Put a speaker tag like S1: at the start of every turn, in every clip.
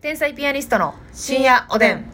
S1: 天才ピアニストの深夜おでん。ど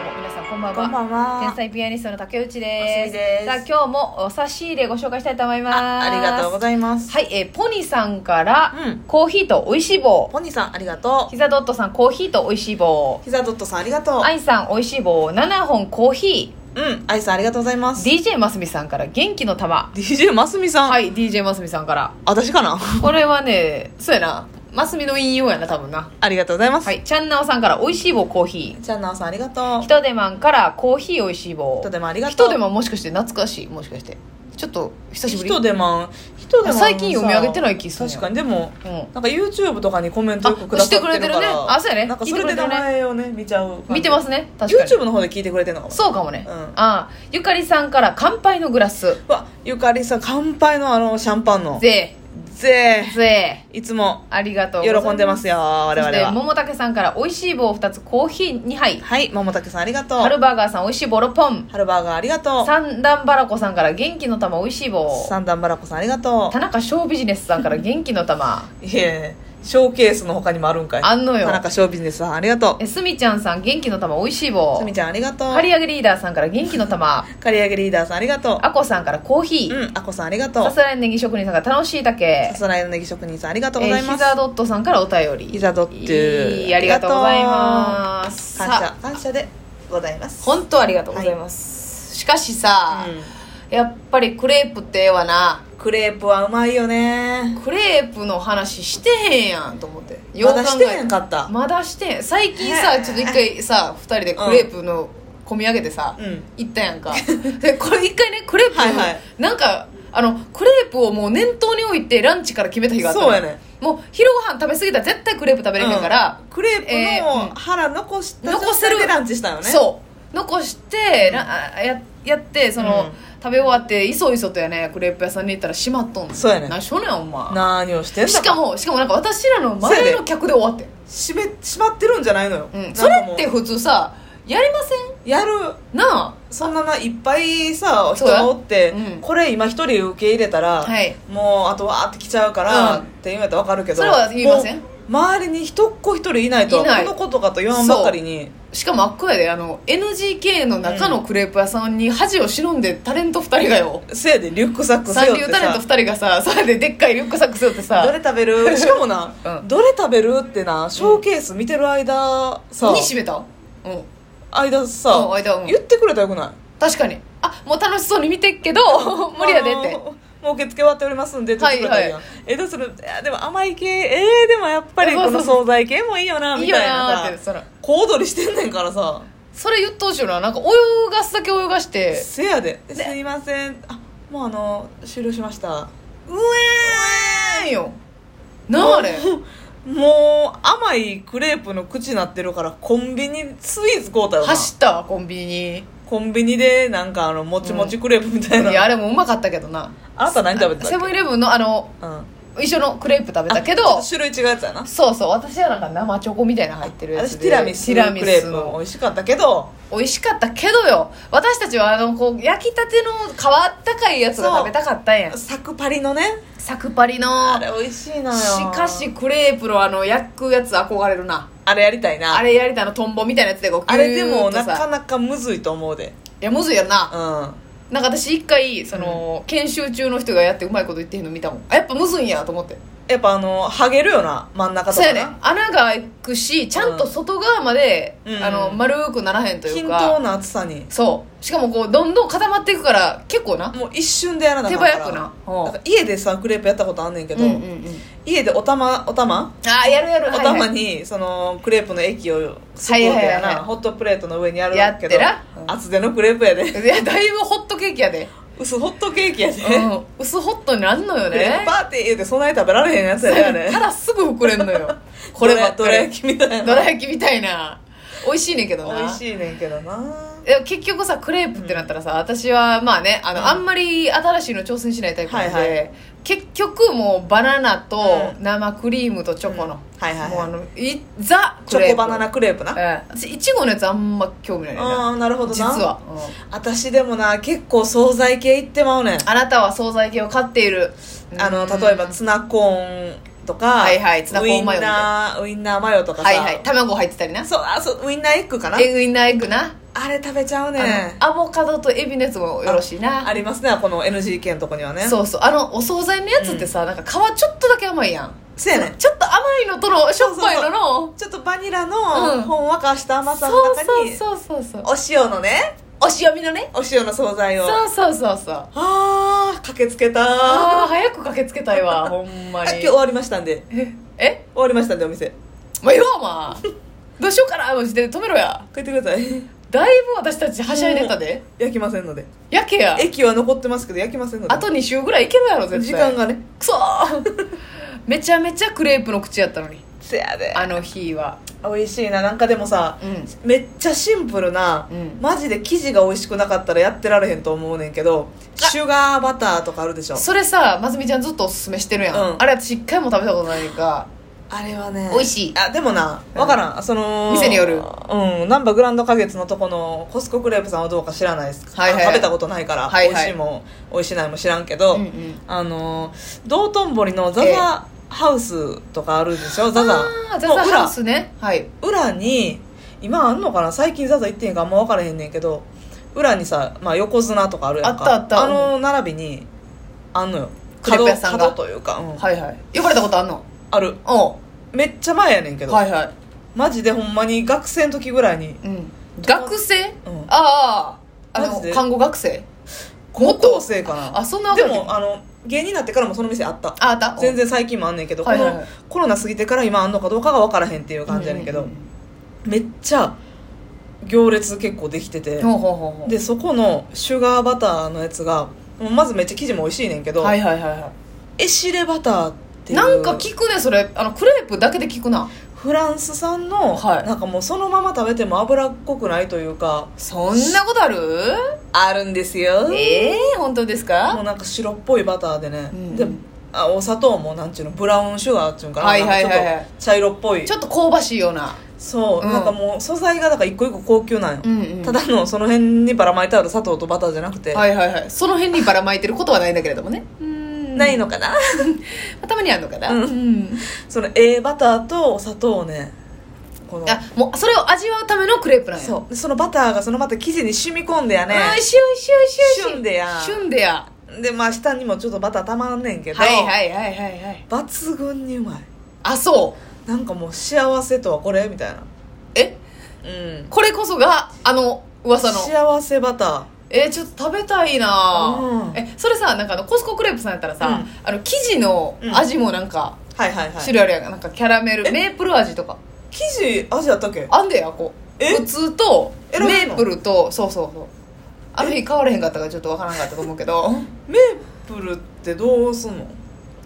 S1: うも皆さんこんばんは。
S2: こんばんは
S1: 天才ピアニストの竹内
S2: おす
S1: です。
S2: みです
S1: さあ今日もお差し入れご紹介したいと思います。
S2: あありがとうご
S1: い
S2: ざいます。
S1: はい、えーポニーさんから、
S2: うん
S1: コーヒーと美味しい棒。
S2: ポニーさん、ありがと
S1: ひざドットさんコーヒーと美味しい棒
S2: う。。ヒザドットさん、ありがとう。
S1: アイさん美味しい棒7本コーヒ
S2: うん、アイさん、ありがとうございま
S1: ー。
S2: す。
S1: DJ ますみさんから元気の玉。
S2: DJ マスミさん。
S1: はい、DJ ますみさんから。
S2: 私かな
S1: これはね、そうやな。ますみの引用やな、多分な。
S2: ありがとうございます。
S1: はい、ちゃんなおさんから美味しい棒コーヒ
S2: チャンナオさん、ありがと
S1: ー。
S2: う
S1: ひ。とでまんからコーヒー美味しい棒
S2: ひ。とでもありが
S1: ひ
S2: とう。
S1: とでまんもしかして懐かしいもしかして。ちょっと久しぶ
S2: ひ
S1: り。
S2: とでまん。ひとでまん。
S1: 最近読み上げてない気する
S2: 確かに、でも、
S1: うん。
S2: なんか YouTube とかにコメントよくくださってる
S1: あしてく
S2: から
S1: れてるねあそうやね
S2: なんかそれで名前をね、見ちゃう。
S1: 見て
S2: ま
S1: ますね。確かに。
S2: YouTube の方で聞いてくれてるのかも。
S1: そうかもね。
S2: うん
S1: ああゆかりさんから乾杯のグラス。
S2: うわ、ゆかりさん、乾杯のあの、シャンパンの。
S1: ぜ
S2: ぜ
S1: え、ぜえ。
S2: ーいつも、
S1: ありがとうございます。
S2: 喜んでますよ、我
S1: そし
S2: 々
S1: て、
S2: は。
S1: 桃竹さんから美味しい棒2つ、コーヒー2杯。
S2: はい、桃竹さん、ありがとう。
S1: ハルバーガーさん美味しい棒6本。
S2: ハルバーガーありがとう。
S1: 三段バラ子さんから元気の玉美味しい棒。
S2: 三段バラコさんありがと
S1: 田中小ビジネスさんから元気の玉。
S2: う。いえ、ショーケースの他にもあるんかい。
S1: あんのよ
S2: 田中ショービジネスさんありがと
S1: えすみちゃんさん元気の玉美味しい棒
S2: う。すみちゃんありがとう。
S1: 刈り上げリーダーさんから元気の玉
S2: 刈り上げリーダーさんありがとう。
S1: あこさんからコーヒー
S2: うん、あこさんありがとう
S1: さ。すらいのネギ職人さんから楽しいだけ
S2: さすらいのネギ職人さんありがとうご
S1: え
S2: ざ
S1: ー
S2: いま
S1: ひ
S2: す。
S1: ざドットさんからお便り
S2: ひざドットゥ
S1: いいありがとうございます
S2: 感
S1: さ
S2: 謝、感謝でございます。
S1: あ本当ありがとうございます、しかしさ、
S2: うん
S1: やっぱりクレープってええわな
S2: クレープはうまいよね。
S1: クレープの話してへんやんと思って
S2: まだして
S1: え
S2: へんかった。
S1: まだしてへん最近さ
S2: ねえ
S1: ちょっと一回さ2人でクレープの込み上げてさ、
S2: うん
S1: 行ったやんかでこれ一回ねクレープ、
S2: はいはい
S1: なんかあのクレープをもう念頭に置いてランチから決めた日があったの
S2: そうやね
S1: もう昼ご飯食べ過ぎたら絶対クレープ食べれへんから
S2: う、んクレー
S1: え
S2: プ
S1: ーうん
S2: の腹残した
S1: 残せる
S2: 状態でランチしたよね。
S1: そう残してらあややってその、
S2: うん
S1: 食べ終わっていそいそとやねクレープ屋さんに行ったら閉まっとんの
S2: そうやね
S1: 何しょんねんお前
S2: 何をしてんだ
S1: しかもしかもなんか私らの
S2: そう
S1: 前
S2: や
S1: の
S2: で
S1: 客で終わってん
S2: しめしまってるんじゃないのよ、
S1: うん、
S2: な
S1: そ
S2: んか
S1: れ
S2: もう
S1: って普通さやりません
S2: やる
S1: な
S2: そんなないっぱいさ
S1: そ
S2: 人
S1: うや
S2: がおって、
S1: うん
S2: これ今一人受け入れたら、
S1: はい
S2: もうあとわーって来ちゃうか
S1: う
S2: ら、
S1: ん
S2: って言うやったら分かるけど
S1: それは言いません
S2: もう周りに一っ子一人いないと
S1: いない
S2: このことかと言わんばかり
S1: あ
S2: に
S1: しかもあっこやであの NGK の中のクレープ屋さんに恥を忍んでタレント2人がよ
S2: せいでリュックサック背
S1: 三
S2: 負っ
S1: 流
S2: て
S1: タレント
S2: さ
S1: 2人がさそれででっかいリュックサック背負って
S2: ど
S1: さ
S2: れ食 べるしかもな、
S1: うん
S2: どれ食べるってなショーケース見てる間さ、
S1: に閉めたうん
S2: 間さ、
S1: うん間うん
S2: 言ってくれたらよくない
S1: 確かにあもう楽しそうに見てっ けど無理やでっ
S2: あ
S1: て
S2: のもう受付終わっておりますんで、
S1: はいはい
S2: ちょっとこれだけやえ、どうするいやでも甘い系、えー、でもやっぱりこ
S1: そう
S2: の
S1: そう
S2: 惣菜系もいいよな、
S1: い
S2: み
S1: いよ
S2: たい
S1: なーっ
S2: な
S1: て
S2: さ。
S1: そら
S2: 小躍りしてんねんからさ。
S1: それ言っとうしよななんか泳がすだけ泳がして
S2: せやで。すいません。あ、もうあの、終了しました。
S1: うえーんよなああれ
S2: もう、甘いクレープの口になってるから、コンビニ、スイーツ買うたよな。
S1: 走ったわコンビニ に
S2: コンビニで、なんかあの、もちもちクレープみたいな。
S1: いやあれもうまかったけどな
S2: あなた何食べてた
S1: セ
S2: っけ
S1: ブンイレブンのあの
S2: うん。
S1: 一緒のクレープ食べたけ
S2: あちょ
S1: ど
S2: っと種類違うやつやな。
S1: そうそう私はなんか生チョコみたいなの入ってるやつ
S2: 私、
S1: で
S2: ティラミスク
S1: ティラミ
S2: レー
S1: ス
S2: プも
S1: の
S2: 美味しかったけど、
S1: 美味しかったけどよ私たちはあのこう焼きたての皮あったかいやつが食べたかったんや
S2: サクパリのね
S1: サクパリの
S2: あれ美味しいのよ
S1: しかしクレープのあの焼くやつ憧れるな
S2: あれやりたいな
S1: あ
S2: あれ
S1: れやりたいのトンボみたいなやつでこう
S2: でもなか
S1: い
S2: なかむずいと思うで
S1: やむずいやろな
S2: うん
S1: なんか私一回その、研修中の人がやってうまいこと言ってへんの見たもんあやっぱむずいんやと思って
S2: やっぱあのハゲるよな真ん中と
S1: そう
S2: か
S1: や
S2: な、
S1: ね穴が開くしちゃんと外側まで、
S2: うん
S1: あの
S2: うん
S1: 丸くならへんとい
S2: 均
S1: うか
S2: 等な厚さに
S1: そうしかもこうどんどん固まっていくから結構な
S2: もう一瞬でやらなあ
S1: 手
S2: かった
S1: 早
S2: から
S1: くな
S2: なんか家でさクレープやったことあんねんけ
S1: う
S2: ど、
S1: んうんうん
S2: 家でおたまおたま
S1: あーやるやる
S2: おたまにそのクレープの液をすくう
S1: はい
S2: て
S1: は
S2: や
S1: いはいは
S2: ないホットプレートの上にやる
S1: やって
S2: けど
S1: な
S2: 厚手のクレープやで
S1: はい、いやだいぶホットケーキやで、
S2: 薄ホットケーキやで、
S1: うん、薄ホットになんのよ
S2: クレープ
S1: ね
S2: パーティー言うてそんなに食べられへんやつやで あれ
S1: ただすぐ膨れんの よこればっ
S2: ど
S1: からり
S2: 焼きみたいな
S1: どら焼きみたいな美味しいねんけどな
S2: 美味しいねんけどな
S1: でも結局さクレープってなったらさ、私はまあねあの、
S2: うん
S1: あんまり新しいの挑戦しないタイプなんで、
S2: はいは
S1: 結局もうバナナと
S2: う
S1: 生クリームとチョコの、
S2: はいはいはい
S1: もうあのいザ
S2: チ
S1: クレ
S2: ョ
S1: ープ
S2: コバナナクレープな、
S1: ええ私いちごのやつあんま興味ないねんな
S2: ああなるほどな
S1: 実は、うん
S2: 私でもな結構惣菜系いってまうねん
S1: あなたは惣菜系を買っている
S2: あの
S1: うん
S2: 例えばツナコーンとか、
S1: はいはいツナコーンマヨ
S2: ウインナーウインナーマヨとかさ、
S1: はいはい卵入ってたりな
S2: そうあそうウインナーエッグかな
S1: エグインナーエッグな、
S2: あれ食べちゃうね
S1: あのアボカドとエビのやつもよろしいな
S2: ありますねこの NGK のとこにはねう
S1: そうそうあのお惣菜のやつってさ、なんか皮ちょっとだけ甘いやん
S2: せやねん
S1: ちょっと甘いのとのしょっぱいのの
S2: ちょっとバニラ
S1: うん
S2: のほんわかした甘さの
S1: そう
S2: 中に、
S1: そうそうそうそう
S2: お塩のね
S1: お塩味のね
S2: お塩の惣菜を
S1: そうそうそうそう
S2: あー駆けつけたー
S1: ああ
S2: あ
S1: 早く駆けつけたいわほんま
S2: 今
S1: に
S2: 日終わりましたんで
S1: ええ
S2: 終わりましたんでお店
S1: まあ要はま あどうしようかなの時点で止めろや
S2: 帰ってください
S1: だいぶ私たちはしゃいでたで
S2: 焼きませんので
S1: やけや
S2: 液は残ってますけど焼きませんので
S1: あと2週ぐらいいけるやろ絶対
S2: 時間がね
S1: くそーめちゃめちゃクレープの口やったのに
S2: せやで
S1: あの日は
S2: 美味しいななんかでもさ、
S1: うん
S2: めっちゃシンプルな、
S1: うん
S2: マジで生地が美味しくなかったらやってられへんと思うねんけど
S1: あ
S2: シュガーバターとかあるでしょ
S1: それさますみちゃんずっとおすすめしてるやん、
S2: うん
S1: あれ私一回も食べたことないか
S2: あれはね
S1: 美味しい
S2: あでもな分からん、その
S1: 店による
S2: うんなんばグランド花月のとこのコスコクレープさんはどうか知らないです
S1: はいはい
S2: あの食べたことないから、
S1: はいはい
S2: 美味しいも美味しないも知らんけど、
S1: うんうん
S2: あの道頓堀のザザハウスとかあるでしょザザ
S1: あーザザハウスねはい
S2: の裏裏に今あんのかな最近ザザ行ってへんかあんま分からへんねんけど裏にさ、まあ、横綱とかあるやんか
S1: あったあった
S2: あの並びにあんのよ
S1: クレープ屋さんが
S2: 角角というか、うん
S1: はいはい呼ばれたことあんの
S2: ある
S1: う
S2: めっちゃ前やねんけ
S1: ん
S2: ど、
S1: はいはい
S2: マジでほんまに学生の時ぐらいに
S1: うん学生、
S2: うん
S1: あああ
S2: マ
S1: の
S2: ジで
S1: 看護学生
S2: 高校生かな
S1: あそんなわけ
S2: で
S1: ない
S2: もあの芸人になってからもその店あった
S1: ああった
S2: 全然最近もあんねんけど、
S1: はいはいはい
S2: このコロナ過ぎてから今あんのかどうかが分からへんっていう感じやねんけど、めっちゃ行列結構できてて、
S1: ほうほうほうほう
S2: でそこのシュガーバターのやつがもうまずめっちゃ生地も美味しいねんけど、
S1: はいはいはいは
S2: エシレバターって
S1: い
S2: いう
S1: なんか聞くねそれあのクレープだけで聞くな
S2: フランス産の、
S1: はい
S2: なんかもうそのまま食べても脂っこくないというか
S1: そんなことある
S2: あるんですよ
S1: ええ本当です
S2: もう
S1: か
S2: なんか白っぽいバターでね、
S1: うん
S2: であお砂糖もなんちゅうのブラウンシュガーっていうのかな,、
S1: はいはいはいはい
S2: なんかちょっと茶色っぽい
S1: ちょっと香ばしいような
S2: そう、
S1: うん
S2: なんかもう素材がだから一個一個高級なんよ、
S1: うんうん
S2: ただのその辺にばらまいてある砂糖とバターじゃなくて、
S1: はいはいはいその辺にばらまいてることはないんだけれどもねうん
S2: ないのかな
S1: たまにあるのかな
S2: うん
S1: ん
S2: その A バターとお砂糖をねこの
S1: あもうそれを味わうためのクレープなんや
S2: そうでそのバターがそのまた生地に染み込んでやね
S1: あーシュンシュンシュン
S2: シュンでや
S1: シュンでや
S2: でまあ下にもちょっとバターたまんねんけど、
S1: はいはいはいはいはい
S2: 抜群にうまい
S1: あそう
S2: なんかもう幸せとはこれみたいな
S1: え
S2: うん
S1: これこそがあの噂の
S2: 幸せバター
S1: えーちょっと食べたいな、
S2: うん
S1: えそれさなんかあのコスコクレープさんやったらさ、
S2: うん
S1: あの生地の味もなんか
S2: はいはいはい
S1: 種類あるやん、なんかキャラメル
S2: え
S1: メープル味とか
S2: 生地味だったっけ
S1: あんでやこう
S2: え
S1: 普通と
S2: 選べんの
S1: メープルとそうそうそうあの日変われへんかったからちょっとわからんかったと思うけど
S2: メープルってどうすんの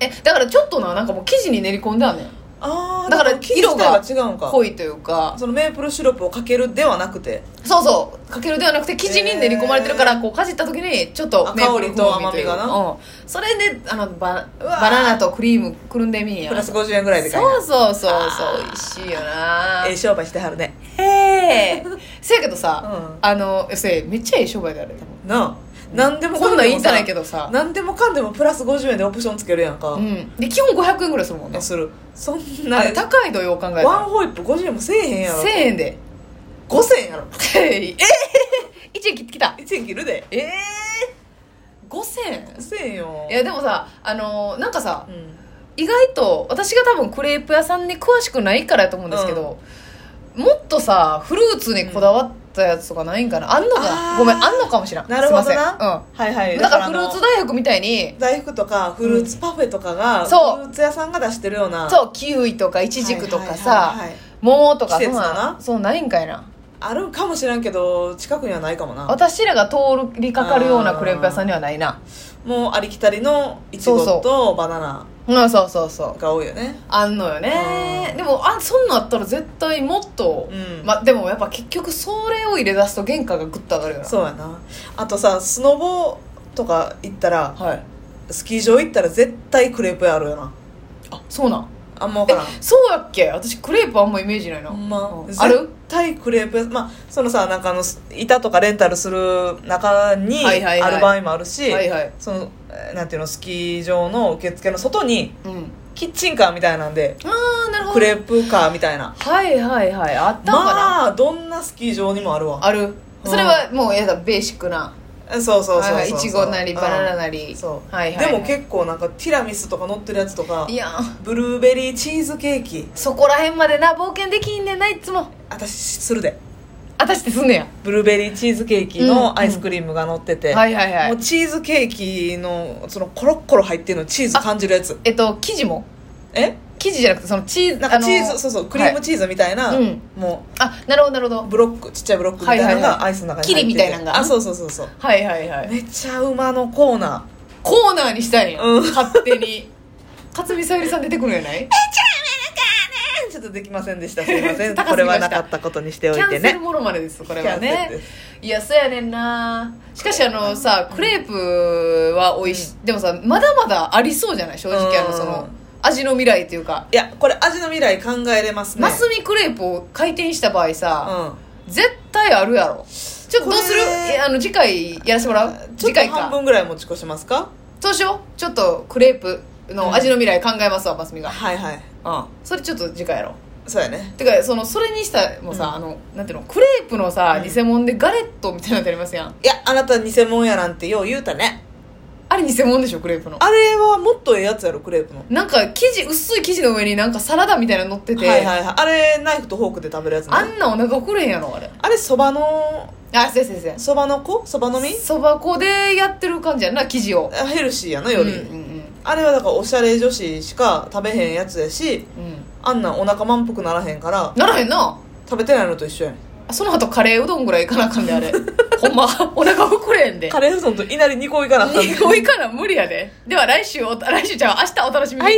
S1: えだからちょっとななんかもう生地に練り込んであんねん
S2: ああ
S1: だから
S2: 生地自
S1: 色
S2: 体
S1: が
S2: 違うんか
S1: 濃いというか
S2: そのメープルシロップをかけるではなくて
S1: そうそうかけるではなくて生地に練り込まれてるから、
S2: え
S1: こうかじった時にちょっと
S2: あ
S1: メープル
S2: 香りと
S1: 風いう
S2: 甘みがな
S1: うん、それであのバ
S2: うわー
S1: バナナとクリームくるんでみんや
S2: プラス50円ぐらいで買え
S1: そうそうそう
S2: あ
S1: そう
S2: ー
S1: 美味しいよな
S2: ええ商売してはるね
S1: へえせやけどさ、
S2: うん
S1: あのせやめっちゃええ商売だよあれ多分
S2: なあ何でも
S1: こんなんいいんじゃないけ
S2: ど
S1: どさ
S2: 何でもかんでもプラス50円でオプションつけるやんか、
S1: うんで基本500円ぐらいするもんね
S2: するそん
S1: あ
S2: な
S1: れ高いのよう考えた
S2: ワン
S1: ら
S2: ホイップ50円もせえへんやろ
S1: 1000円で
S2: 5000円やろ
S1: ええ1円切ってきた
S2: 1円切るで
S1: ええ5000円
S2: 5000円よ
S1: いやでもさあのなんかさ
S2: うん
S1: 意外と私が多分クレープ屋さんに詳しくないからやと思うんですけど、もっとさフルーツにこだわったやつとかないんかな、あんのか
S2: あ
S1: な
S2: ー
S1: ごめんあんのかもしらん
S2: なるほど
S1: すいません、
S2: な、はいは
S1: う
S2: い
S1: ん、だからフルーツ
S2: だ
S1: 大学みたいに
S2: 大福とかフルーツパフェとかが、
S1: うんそう
S2: フルーツ屋さんが出してるような
S1: そうキウイとかイチジクとかさ、
S2: はいはいはいはい
S1: 桃とか
S2: 季節だな
S1: そんんそうないんかいな
S2: あるかもしらんけど近くにはないかもな
S1: 私らが通りかかるようなクレープ屋さんにはないな
S2: もうありきたりのいち
S1: そ
S2: ご
S1: う
S2: とバナナ
S1: うんそうそうそう
S2: が多いよね
S1: あんのよね
S2: うん
S1: でもあそんなんあったら絶対もっと、
S2: うん
S1: ま、でもやっぱ結局それを入れ出すと原価がグッと上がるよな
S2: そうやなあとさスノボとか行ったら
S1: はい
S2: スキー場行ったら絶対クレープ屋あるよな
S1: あそうなん
S2: あんま分からん
S1: そうやっけ私クレープあんまイメージないな、
S2: ほんま
S1: う、んあ
S2: 絶
S1: る
S2: 対クレープ屋まあそのさなんかあのす板とかレンタルする中に
S1: はいはい
S2: あ
S1: はい
S2: る場合もあるし、
S1: はいはい
S2: そのえーなんていうのスキー場の受付の外に
S1: うん
S2: キッチンカーみたいなんで
S1: ああなるほ
S2: ク
S1: ど
S2: レープカーみたいな
S1: はいはいはいあったんかな、
S2: まあどんなスキー場にもあるわ
S1: あるそれはもうやだベーシックな
S2: そうそうそうそう
S1: はいはいいちごなりバナナ
S2: り
S1: なり
S2: そう、
S1: はいはいはい
S2: でも結構なんかティラミスとか乗ってるやつとか
S1: いやー
S2: ブルーベリーチーズケーキ
S1: そこら辺までな冒険できひんねんないつも
S2: 私するで
S1: 私ってすんねや
S2: ブルーベリーチーズケーキ
S1: う
S2: の
S1: ん
S2: アイスクリームが乗ってて、
S1: はいはいは
S2: も
S1: いう
S2: チーズケーキのそのコロッコロ入ってるのチーズ感じるやつ
S1: えっと生地も
S2: え
S1: 生地じゃなくてそのチーズ
S2: なんかチーズ、
S1: あの
S2: そうそうクリームチーズみたいな、
S1: はいうん
S2: も
S1: あなるほどなるほ
S2: う
S1: ど
S2: ブロックちっちゃいブロックみたいなの
S1: はいはいは
S2: が
S1: い
S2: アイスの中に入ってて
S1: キリみたいなのが
S2: あそうそうそうそう
S1: はいはいはい
S2: めちゃうまのコー ナ
S1: コーナーにしたいんや、
S2: うん
S1: 勝手 に勝見さゆりさん出てくるんやない
S2: ーちょっとできませんでしたすいませ
S1: 高すぎまし
S2: ん
S1: た
S2: これはなかったことにしてお
S1: キ
S2: い
S1: ャ
S2: て
S1: ンセル
S2: ね
S1: ものまでですこれは
S2: キャンセル
S1: ね
S2: で
S1: いやそうやねんなしかしあのさクレープは美味しい、でもさまだまだありそうじゃない正直あ
S2: う
S1: の
S2: ん
S1: その味の未来というか、
S2: いやこれ味の未来考えれますね
S1: マスミクレープを回転した場合さ、
S2: うん
S1: 絶対あるやろちょっとどうする
S2: これ
S1: えあの次回やらせてもらう
S2: ちょ
S1: 次
S2: っと
S1: 回
S2: 半
S1: か
S2: 分ぐらい持ち越しますか
S1: そうしようちょっとクレープの味の未来考えますわマスミが、
S2: はいはい
S1: うん、それちょっと次回やろう
S2: そうやね
S1: てかそのそれにしたらもうさ、
S2: うん
S1: あのなんていうのクレープのさ、
S2: うん
S1: 偽物でガレットみたいなのってありますやん
S2: いやあなた偽物やなんてよう言うたね
S1: あれ偽物でしょクレープの
S2: あれはもっとええやつやろクレープの
S1: なんか生地薄い生地の上になんかサラダみたいなの乗ってて、
S2: はいはいはいあれナイフとフォークで食べるやつね
S1: あんなお腹膨れへんやろあれ
S2: あれそばの
S1: あそうそうそう
S2: そばの子そばの実
S1: そば粉でやってる感じやんな生地を
S2: あヘルシーやなより、
S1: うんうん
S2: あれはだからおしゃれ女子しか食べへんやつやし
S1: うんうん
S2: あんなんお腹満腹ならへんから
S1: ならへんな
S2: 食べてないのと一緒やね
S1: あその後カレーうどんぐらいいかなあかんであれほんまお腹膨れへんで
S2: んカレーうどんといなり2個いかなあかんね
S1: 2個いかな無理やででは来週お来週じゃあ明日お楽しみに、
S2: はい